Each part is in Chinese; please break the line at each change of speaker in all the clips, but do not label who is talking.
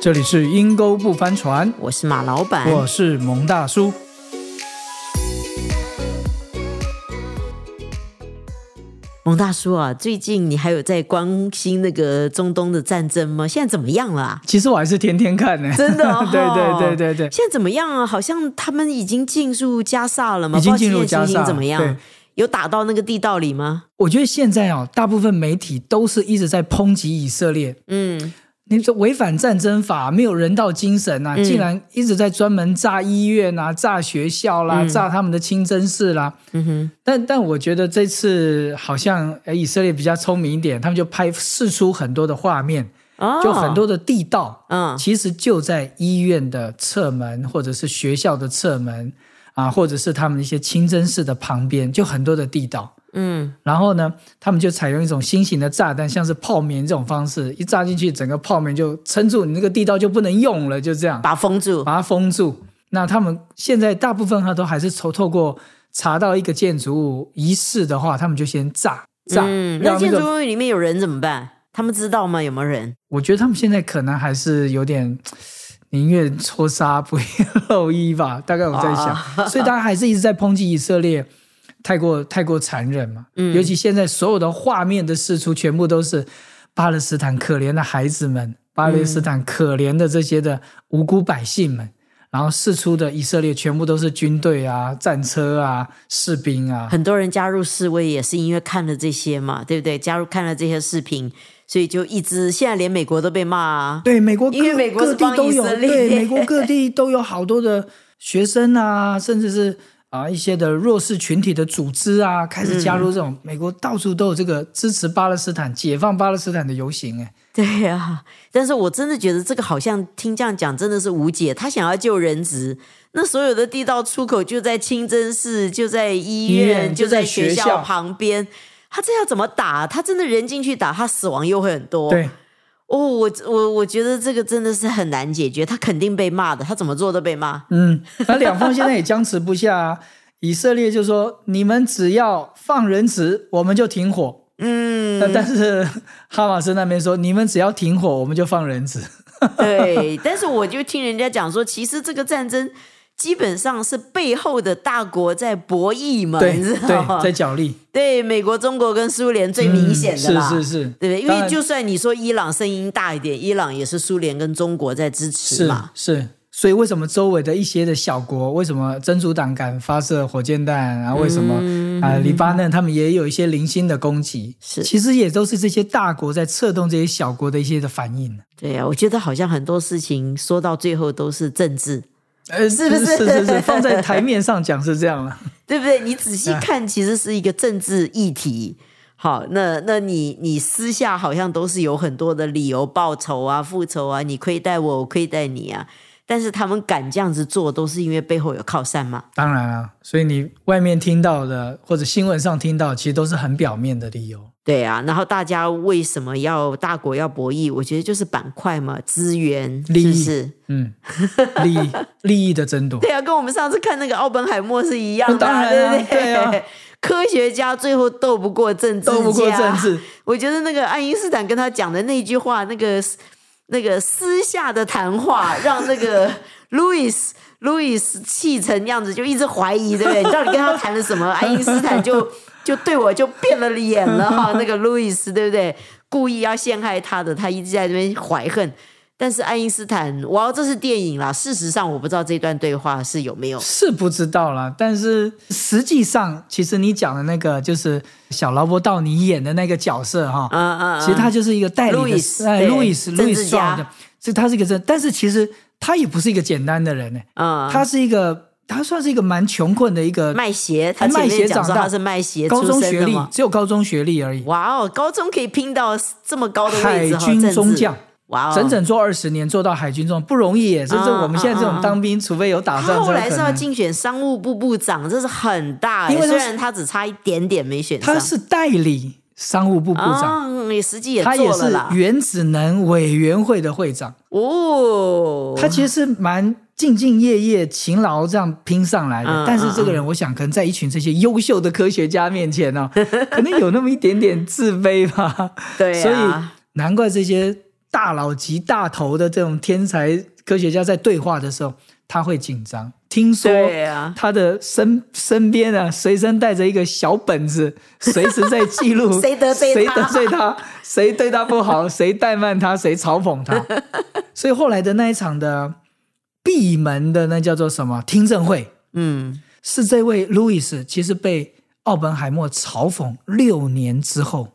这里是阴沟不翻船，
我是马老板，
我是蒙大叔。
蒙大叔啊，最近你还有在关心那个中东的战争吗？现在怎么样了啊？
其实我还是天天看呢、
真的 哦
对 对对对对，
现在怎么样啊？好像他们已经进入加萨了吗？
已经
不知道
进入
现在
加
情形
萨
怎么
对
样？有打到那个地道里吗？
我觉得现在哦，大部分媒体都是一直在抨击以色列，
嗯，
你说违反战争法，没有人道精神
嗯
啊，竟然一直在专门炸医院啊、炸学校啦、炸他们的清真寺啦。
嗯哼，
但但我觉得这次好像诶以色列比较聪明一点，他们就拍试出很多的画面，
哦，
就很，多的地道，
嗯
其实就在医院的侧门，或者是学校的侧门啊，或者是他们一些清真寺的旁边，就很多的地道。
嗯，
然后呢，他们就采用一种新型的炸弹，像是泡棉这种方式，一炸进去，整个泡棉就撑住，你那个地道就不能用了，就这样
把它封住，
把它封住。那他们现在大部分他都还是透透过查到一个建筑物疑似的话，他们就先炸炸，
嗯，那
让那
建筑
个。
物里面有人怎么办？他们知道吗？有没有人？
我觉得他们现在可能还是有点宁愿搓沙不愿漏衣吧，大概我在想， 所以大家还是一直在抨击以色列。太过太过残忍嘛，
嗯
尤其现在所有的画面的释出，全部都是巴勒斯坦可怜的孩子们，巴勒斯坦可怜的这些的无辜百姓们，然后释出的以色列全部都是军队啊、战车啊、士兵啊，
很多人加入示威也是因为看了这些嘛，对不对？加入看了这些视频，所以就一直现在连美国都被骂啊。
对，美国
因为
各
美国
各
是
地
帮
都
以
有，
色列
对，美国各地都有好多的学生啊， 甚至是啊一些的弱势群体的组织啊，开始加入
嗯
这种、美国到处都有这个支持巴勒斯坦、解放巴勒斯坦的游行、哎，
对呀、但是我真的觉得这个好像听这样讲真的是无解。他想要救人质，那所有的地道出口就在清真寺，就在医
医
院，
院
就
就在
学
学校
校旁边。他这要怎么打？他真的人进去打，他死亡又会很多。
对，
哦，我我我觉得这个真的是很难解决。他肯定被骂的，他怎么做都被骂。
嗯，那两方现在也僵持不下、啊，以色列就说你们只要放人质，我们就停火。
嗯，
那但是哈马斯那边说，你们只要停火，我们就放人质。
对，但是我就听人家讲说，其实这个战争基本上是背后的大国在博弈嘛，
对
你知道吗
对，在？角力，
对，美国、中国跟苏联最哦明显的啦，
嗯是是是，
对不对？因
当
为
然
就算你说伊朗声音大一点，伊朗也是苏联跟中国在支持
是
嘛。
是，所以为什么周围的一些的小国，为什么真主党敢发射火箭弹，然后为什么啊、呃黎巴嫩他们也有一些零星的攻击，
是
其实也都是这些大国在策动这些小国的一些的反应。
对呀、啊，我觉得好像很多事情说到最后都是政治，
呃，是
不是
是是是，放在台面上讲是这样 了。
对不对？你仔
哎
细看，其实是一个政治议题。好，那那你你私下好像都是有很多的理由报仇啊、复仇啊，你亏待我，我亏待你啊。但是他们敢这样子做，都是因为背后有靠山嘛。
当然啊，所以你外面听到的或者新闻上听到，其实都是很表面的理由。
对啊，然后大家为什么要大国要博弈？我觉得就是板块嘛，资源
利
是
益
不是？
嗯，利益利益的争夺，
对啊，跟我们上次看那个奥本海默是一样的、
当然啊
对不对？
对啊
科学家最后斗不过政治家，
斗不过政治。
我觉得那个爱因斯坦跟他讲的那句话，那个那个私下的谈话，让那个 Louis Louis 气成样子，就一直怀疑，对不对？你到底跟他谈了什 么？爱因斯坦就就对我就变了脸 了哈，那个 Louis 对不对？故意要陷害他的，他一直在那边怀恨。但是爱因斯坦，哇，这是电影啦。事实上，我不知道这段对话是有没有
是不知道啦，但是实际上，其实你讲的那个就是小劳勃道尼演的那个角色哈，
啊啊啊！
其实他就是一个代理的
Louis，
哎
对
路易斯
政
路易
治
斯
家
的，所以他是一个真，但是其实他也不是一个简单的人呢，欸
啊，
他是一个他算是一个蛮穷困的一个
卖鞋，他前
哎卖鞋
面讲
长
说
大，
他是卖鞋
高
出
中
身
学
的
历
嘛。
只有高中学历而已，
哇哦，高中可以拼到这么高的
海
位置哈，
军
政治
中将。
哇哦，
整整做二十年，做到海军中不容易耶！就是我们现在这
嗯嗯
种
嗯
当兵，除非有打
他
仗，
后来
才有
是
可
要
能
竞选商务部部长，这是很大欸、
因为他
虽
是
然他只差一点点没选上，
他是代理商务部部长，
啊、嗯也实际也
他也
做了
是
啦。
原子能委员会的会长，
哦，
他其实是蛮兢兢业业、勤劳这样拼上来的。
嗯
但是这个人，我想可能在一群这些优秀的科学家面前哦呢、可能有那么一点点自卑吧。
对
所以
啊，
难怪这些大佬级大头的这种天才科学家在对话的时候，他会紧张。听说
对啊
他的身身边啊，随身带着一个小本子， 随时在记录
谁得罪
谁
他
得罪他，谁对他不 好，谁怠慢他，谁嘲讽他。所以后来的那一场的闭门的那叫做什么听证会，
嗯，
是这位路易斯其实被奥本海默嘲讽六年之后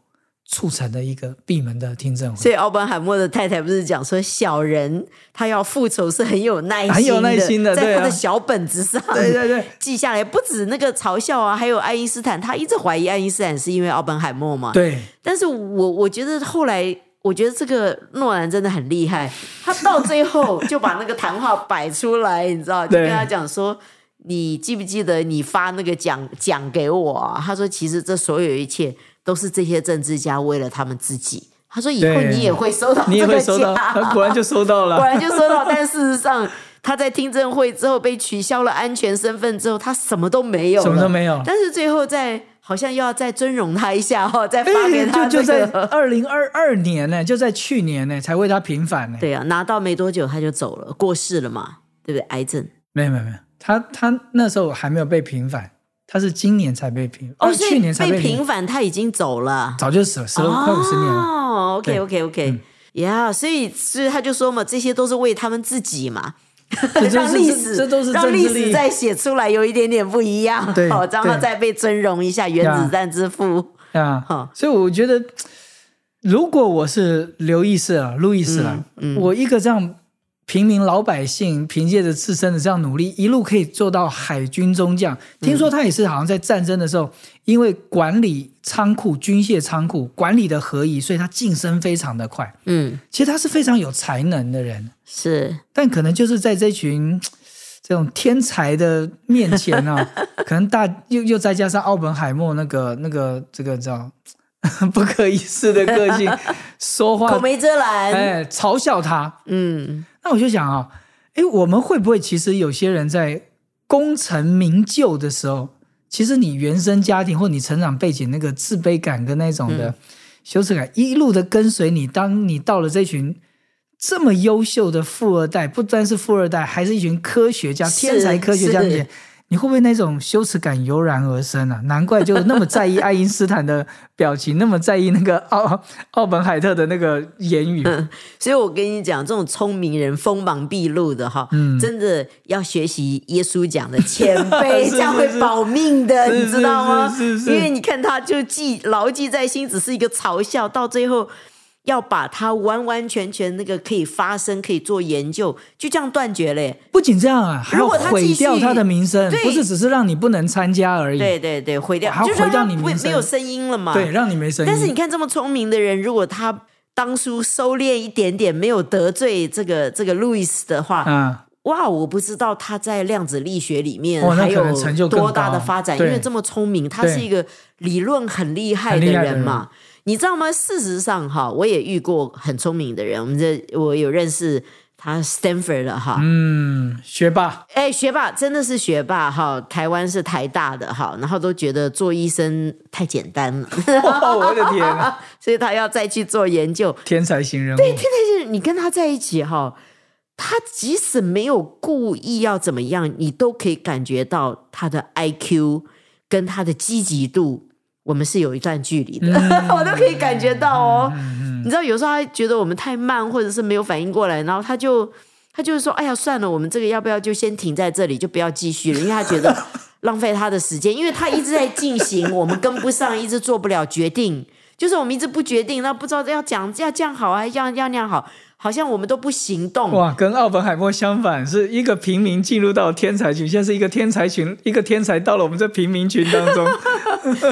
促成的一个闭门的听证 会，
所以奥本海默的太太不是讲说，小人他要复仇是很有耐心的，
很有耐心的对
在
啊
他的小本子上，
对对对
记下来。不止那个嘲笑啊，还有爱因斯坦，他一直怀疑爱因斯坦是因为奥本海默嘛。
对，
但是我我觉得后来，我觉得这个诺兰真的很厉害，他到最后就把那个谈话摆出来，你知道，就
对
跟他讲说。你记不记得你发那个奖奖给我啊？他说，其实这所有一切都是这些政治家为了他们自己。他说，以后
对
你也会收到
你也
这个
会收到，
奖
他果然就收到
果
了。
然就收到。但事实上，他在听证会之后被取消了安全身份之后，他什么都没有了，
什么都没有
但是最后在好像又要再尊荣他一下哦，再发
哎，
给他
就
这
就
个。
在二零二二年呢，就在去年呢，才为他平反呢。
对啊，拿到没多久他就走了，过世了嘛，对不对？癌症
没有没有没有，他他那时候还没有被平反，他是今年才被平，
哦，
呃
所
去
以
年才
被
平，
平反，他已经走了。
早就死了，十快五十年了。
哦，OK
对嗯
OK OK，呀、yeah,，所以所以他就说嘛，这些都是为他们自己嘛，
这
让历史
这都是
让
政
历
治
史
力
再写出来有一点点不一样，
对
好，然后
对
再被尊荣一下原子弹之父。
啊
哈，
所以我觉得，如果我是刘易士啊，路易士啊，我一个这样平民老百姓，凭借着自身的这样努力，一路可以做到海军中将。听说他也是好像在战争的时候，因为管理仓库、军械仓库管理的合宜，所以他晋升非常的快。
嗯，
其实他是非常有才能的人，
是
但可能就是在这群这种天才的面前啊，可能大又又再加上奥本海默那个那个这个叫 不可一世的个性，说
口
话
没遮拦，
哎嘲笑他，
嗯，
那我就想啊，哎，我们会不会其实有些人在功成名就的时候，其实你原生家庭或你成长背景那个自卑感跟那种
嗯
的羞耻感，一路的跟随你。当你到了这群这么优秀的富二代，不单是富二代，还是一群科学家、
是
天才科学家
是
面前。你会不会那种羞耻感油然而生啊？难怪就那么在意爱因斯坦的表情，那么在意那个奥奥本海特的那个言 语。
所以我跟你讲，这种聪明人锋芒毕露的哈，
嗯
真的要学习耶稣讲的谦卑，
是
这样会
是是
保命的，
是
你知道吗？
是是是是
因为你看他就记牢记在心，只是一个嘲笑，到最后要把它完完全全那个可以发生、可以做研究，就这样断绝嘞。
不仅这样啊，还
如
要
果他
毁
继续
掉他的名声，
对
不是只是让你不能参加而已，
对对对，毁掉
还，要
就让
毁掉
它
你
不会
名声
没有声音了嘛。
对，让你没声音。
但是你看这么聪明的人，如果他当初收敛一点点，没有得罪这个这个路易斯的话，
啊，
哇，我不知道他在量子力学里面
哦那
还
可
有
能成就更
多大
高
的发展，因
对
为这么聪明，他
对
是一个理论很厉害的
很厉害的
人嘛。你知道吗？事实上，哈，我也遇过很聪明的人，我们这我有认识他 Stanford 的哈，
嗯，学霸，
哎，学霸真的是学霸哈，台湾是台大的哈，然后都觉得做医生太简单了，
哦、我的天啊，
所以他要再去做研究。
天才型人物，
但是你跟他在一起哈，他即使没有故意要怎么样，你都可以感觉到他的 IQ 跟他的积极度，我们是有一段距离的， 我都可以感觉到哦。你知道，有时候他觉得我们太慢，或者是没有反应过来，然后他就他就是说：“哎呀，算了，我们这个要不要就先停在这里，就不要继续了？”因为他觉得浪费他的时间，因为他一直在进行，我们跟不上，一直做不了决定，就是我们一直不决定，那不知道要讲要这样好还是要要那样好，好像我们都不行动。
哇，跟奥本海默相反，是一个平民进入到天才群，现在是一个天才群，一个天才到了我们这平民群当 中，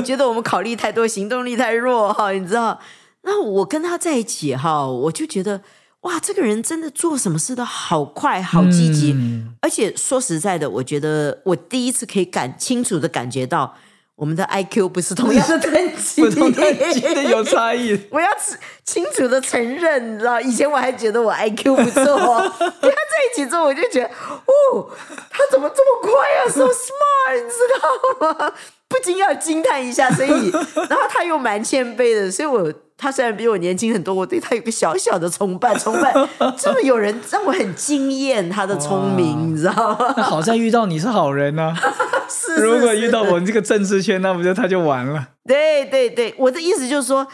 觉得我们考虑太多，行动力太弱哈，你知道？那我跟他在一起哈，我就觉得哇，这个人真的做什么事都好快，好积极。
嗯
而且说实在的，我觉得我第一次可以感清楚的感觉到，我们的 IQ 不是同样的等级，
不同等级的有差异。
我要清清楚的承认，你知道，以前我还觉得我 IQ 不错，哦 跟他在一起之后，我就觉得，哦，他怎么这么快啊，so smart，你知道吗？不 不禁要惊叹一下。所以，然后他又蛮谦卑的，所以我他虽然比我年轻很多，我对他有个小小的崇拜，崇拜这么有人让我很惊艳他的聪
哇
明，你知道吗？
那好在遇到你是好人啊呢、
是
如果
是
遇
是
到我们这个政治圈，那不就他就完了。
对对对，我的意思就是说，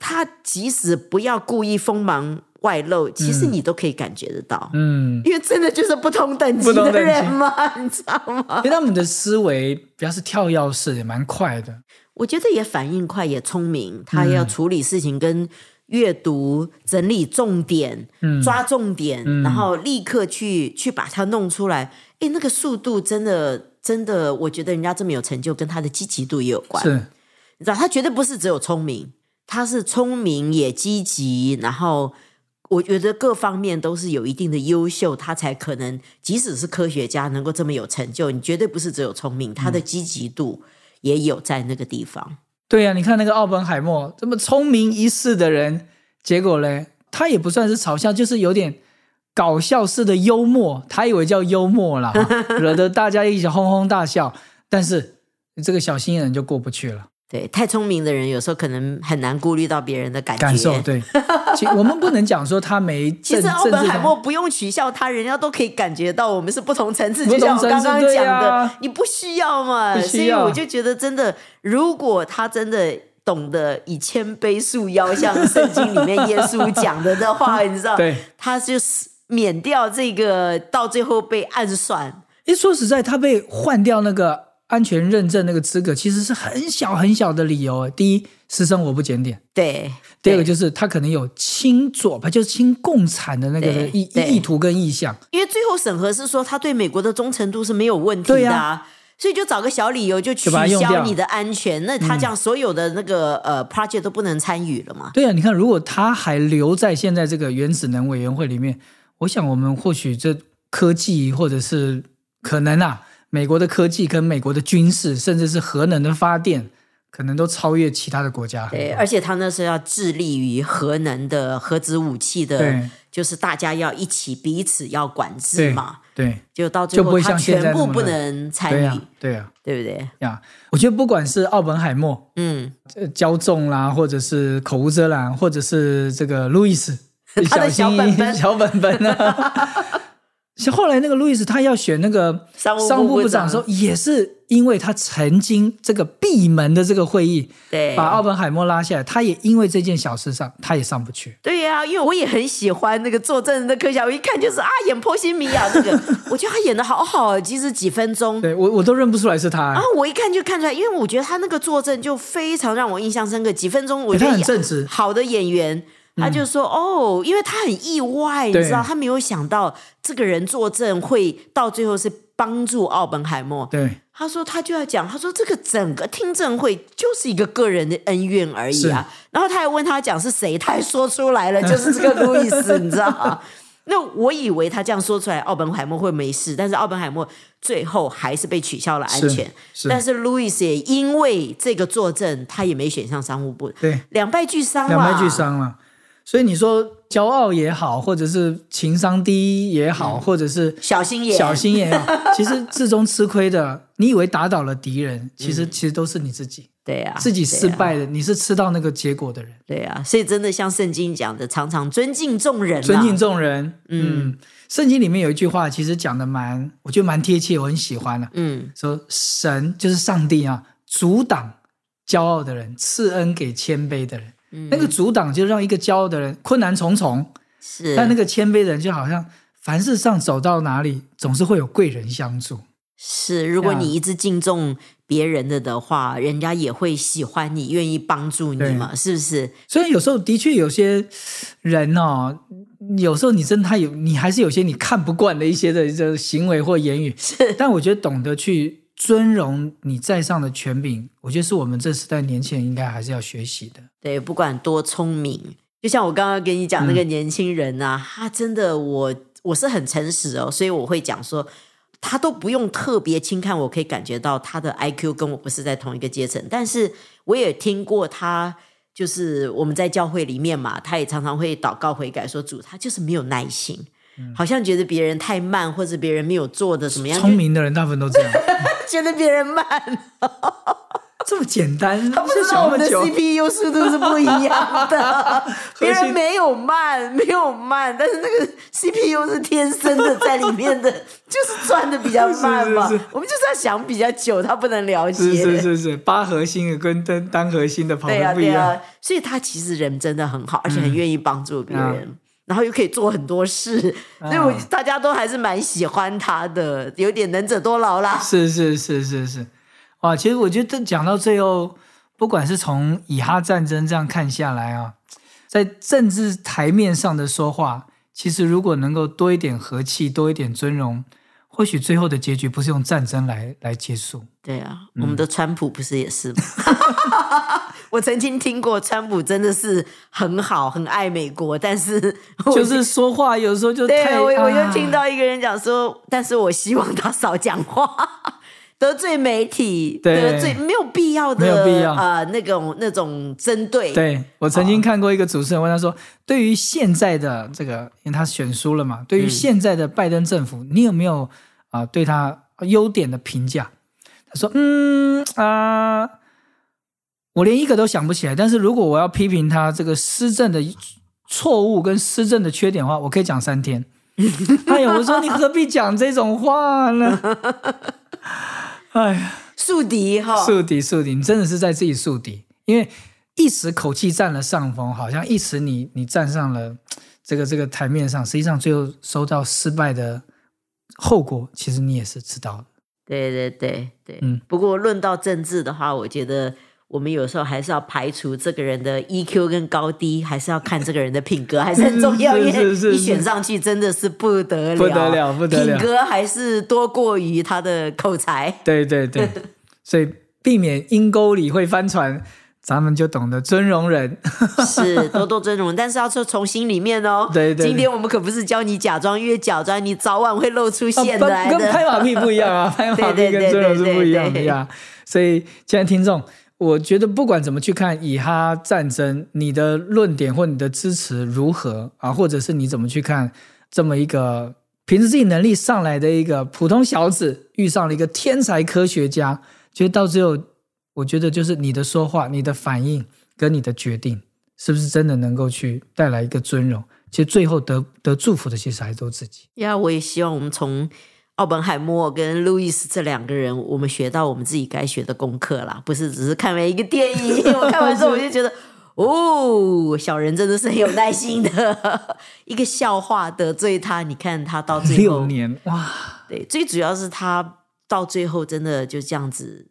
他即使不要故意锋芒外露，其实你都可以感觉得到，
嗯，
因为真的就是不同等级
不同
的
等级
人嘛， 你知道吗？
因为他们的思维比较是跳跃式，也蛮快的。
我觉得也反应快，也聪明，他
嗯
要处理事情跟。阅读、整理重点、
嗯
抓重点，然后立刻去去把它弄出来。诶，那个速度真的真的，我觉得人家这么有成就，跟他的积极度也有关。
是，
你知道，他绝对不是只有聪明，他是聪明也积极，然后我觉得各方面都是有一定的优秀，他才可能即使是科学家能够这么有成就。你绝对不是只有聪明，他的
嗯
积极度也有在那个地方。
对啊呀、你看那个奥本海默这么聪明一世的人，结果嘞，他也不算是嘲笑，就是有点搞笑式的幽默，他以为叫幽默啦， 哈惹得大家一起哄哄大笑。但是这个小心眼人就过不去了，
对，太聪明的人有时候可能很难顾虑到别人的感觉。
感受对。其我们不能讲说他没
其
政
实
政
奥
治
本海
上
默不用取笑他，人家都可以感觉到我们是不同层次，
不
就
同
像我
层
刚
次
刚
对
讲的，
啊
你不需要嘛。
不
所
需
以
要
我就觉得，真的，如果他真的懂得以谦卑束腰，像圣经里面耶稣讲的的话， 你知道，
对。
他就是免掉这个到最后被暗算。
诶，说实在，他被换掉那个安全认证那个资格，其实是很小很小的理由诶。第一，私生活不检点；
对，
第二个
对
就是他可能有亲左派，就是亲共产的那个
对
意
对
意图跟意向。
因为最后审核是说他对美国的忠诚度是没有问题
对
的、
啊
所以就找个小理由就取
就把它用
消
掉嗯
你的安全，那他这样所有的那个、呃 project 都不能参与了嘛？
对啊，你看，如果他还留在现在这个原子能委员会里面，我想我们或许这科技或者是可能啊，美国的科技跟美国的军事，甚至是核能的发电，可能都超越其他的国家很
对，啊
多。
而且他那时候要致力于核能的核子武器的
对，
就是大家要一起彼此要管制嘛，
对，
就到最
就
后
不会
他
像现在
全部
这么
不
乱
能参
对
与，
呀、对呀、
对不对？
呀，我觉得不管是奥本海默、
嗯，，
呃骄纵啦，或者是口无遮拦，或者是这个路易斯
他的小
心
本本
小本本啊。 是后来那个路易斯他要选那个
商务部
商务
部
部
长
长的时候，也是因为他曾经这个闭门的这个会议
对，
把奥本海默拉下来，他也因为这件小事上他也上不去。
对呀、因为我也很喜欢那个坐镇的柯小，我一看就是啊，演波西米亚那个，我觉得他演的好好，其实几分钟。
对我我都认不出来是他、欸
然后我一看就看出来，因为我觉得他那个坐镇就非常让我印象深刻。几分钟，我
欸
觉
他
得
很
演
正直。
好的演员，他就说、哦，因为他很意外，你
对
知道，他没有想到这个人作证会到最后是帮助奥本海默。
对，
他说他就要讲，他说这个整个听证会就是一个个人的恩怨而已啊。然后他还问他讲是谁，他还说出 来了，就是这个路易斯，你知道吗？那我以为他这样说出来，奥本海默会没事，但是奥本海默最后还是被取消了安全。
是
但是路易斯也因为这个作证，他也没选上商务部，
对。
两败俱伤啊
两
啦
败俱。伤了。所以你说骄傲也好，或者是情商低也
嗯
好，或者是
小心眼，
小心也好， 其实最终吃亏的，你以为打倒了敌人，其实、其实都是你自己，
对嗯啊，
自己失
对啊
败的，你是吃到那个结果的人。
对啊，所以真的像圣经讲的，常常尊敬众人、啊，
尊敬众人，嗯，圣经里面有一句话，其实讲的蛮，我觉得蛮贴切，我很喜欢的、啊
嗯，
说神就是上帝啊，阻挡骄傲的人，赐恩给谦卑的人。
嗯
那个阻挡就让一个骄傲的人困难重重，
是。
但那个谦卑的人就好像凡事上走到哪里，总是会有贵人相助。
是，如果
对啊
你一直敬重别人的的话，人家也会喜欢你，愿意帮助你
对
嘛，是不是？
虽然有时候的确有些人哦，有时候你真的他有，你还是有些你看不惯的一些的这行为或言语。但我觉得懂得去尊荣你在上的权柄，我觉得是我们这时代年轻人应该还是要学习的。
对，不管多聪明，就像我刚刚跟你讲那个年轻人啊，他真的我我是很诚实哦，所以我会讲说，他都不用特别轻看，我可以感觉到他的 IQ 跟我不是在同一个阶层，但是我也听过他。就是我们在教会里面嘛，他也常常会祷告悔改，说主，他就是没有耐心，好像觉得别人太慢，或者别人没有做的怎么样，就
聪明的人大部分都这样，
觉得别人慢，
这么简单，
他不知道我们的 CPU 速度是不一样的， 别人没有慢，没有慢，但是那个 CPU 是天生的在里面的，就是转的比较慢嘛。
是是是
我们就是要想比较久，他不能了解。
是是是是，八核心的跟单单核心的跑
对呀、啊
的不
对
一
呀、
样。
所以他其实人真的很好，而且很愿意帮助别人，
嗯
然后又可以做很多事，
啊
所以我大家都还是蛮喜欢他的，有点能者多劳啦。
是是是是是，哇！其实我觉得讲到最后，不管是从以哈战争这样看下来啊，在政治台面上的说话，其实如果能够多一点和气，多一点尊荣，或许最后的结局不是用战争来来结束。
对啊，我们的川普不是也是吗？ 我曾经听过川普真的是很好，很爱美国，但 是我
就是说话有时候就
对
太，
我我就
啊
听到一个人讲说，但是我希望他少讲话， 得罪媒体，
对
得罪没有必要的，
没有必要
啊、那种那种针对，
对我曾经看过一个主持人问他说：“对于现在的这个，因为他选输了嘛，对于现在的拜登政府，你有没有啊、对他优点的评价？”他说：“嗯啊、我连一个都想不起来。但是如果我要批评他这个施政的错误跟施政的缺点的话，我可以讲三天。”哎呀，我说你何必讲这种话呢？哎呀。
树敌哈，
树敌，树敌，你真的是在自己树敌，因为一时口气占了上风，好像一时你你站上了这个这个台面上，实际上最后收到失败的后果，其实你也是知道的。
对对对对，
嗯
不过论到政治的话，我觉得我们有时候还是要排除这个人的 EQ 跟高低，还是要看这个人的品格，还是很重 要。
是
因
是
为
是
你
是
选上去真的是不得了，
不得了不得了
品格还是多过于他的口才。
对对 对，所以避免阴沟里会翻船，咱们就懂得尊容人。
是多多尊重，但是要说从心里面哦。
对对
今天我们可不是教你假装，因为假装你早晚会露出线
跟
来
跟
的。
拍马屁不一样 啊，拍马屁
对对
跟
对
尊荣是
对
不一
对
样的呀。所以，亲爱的听众，我觉得不管怎么去看以哈战争，你的论点或你的支持如何啊，或者是你怎么去看这么一个凭着自己能力上来的一个普通小子，遇上了一个天才科学家，其实到最后，我觉得就是你的说话、你的反应跟你的决定，是不是真的能够去带来一个尊荣？其实最后得得祝福的，其实还是都自己。
呀，我也希望我们从奥本海默跟路易斯这两个人，我们学到我们自己该学的功课啦，不是只是看完一个电影， 我看完之后我就觉得。哦，小人真的是很有耐心的。 一个笑话得罪他，你看他到最后
六，年哇，
对，最主要是他到最后真的就这样子，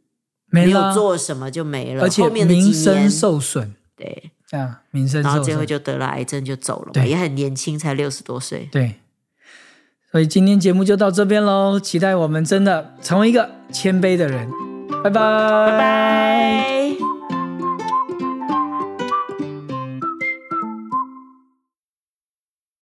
没
没
了
有，做什么就没了。
而且
后面的几
名声
年，
受损，
对，
这样名声
然后
受
最后
损，
就得了癌症就走了嘛，
对
也很年轻，才六十多岁。
对。所以今天节目就到这边喽，期待我们真的成为一个谦卑的人，拜拜，拜
拜。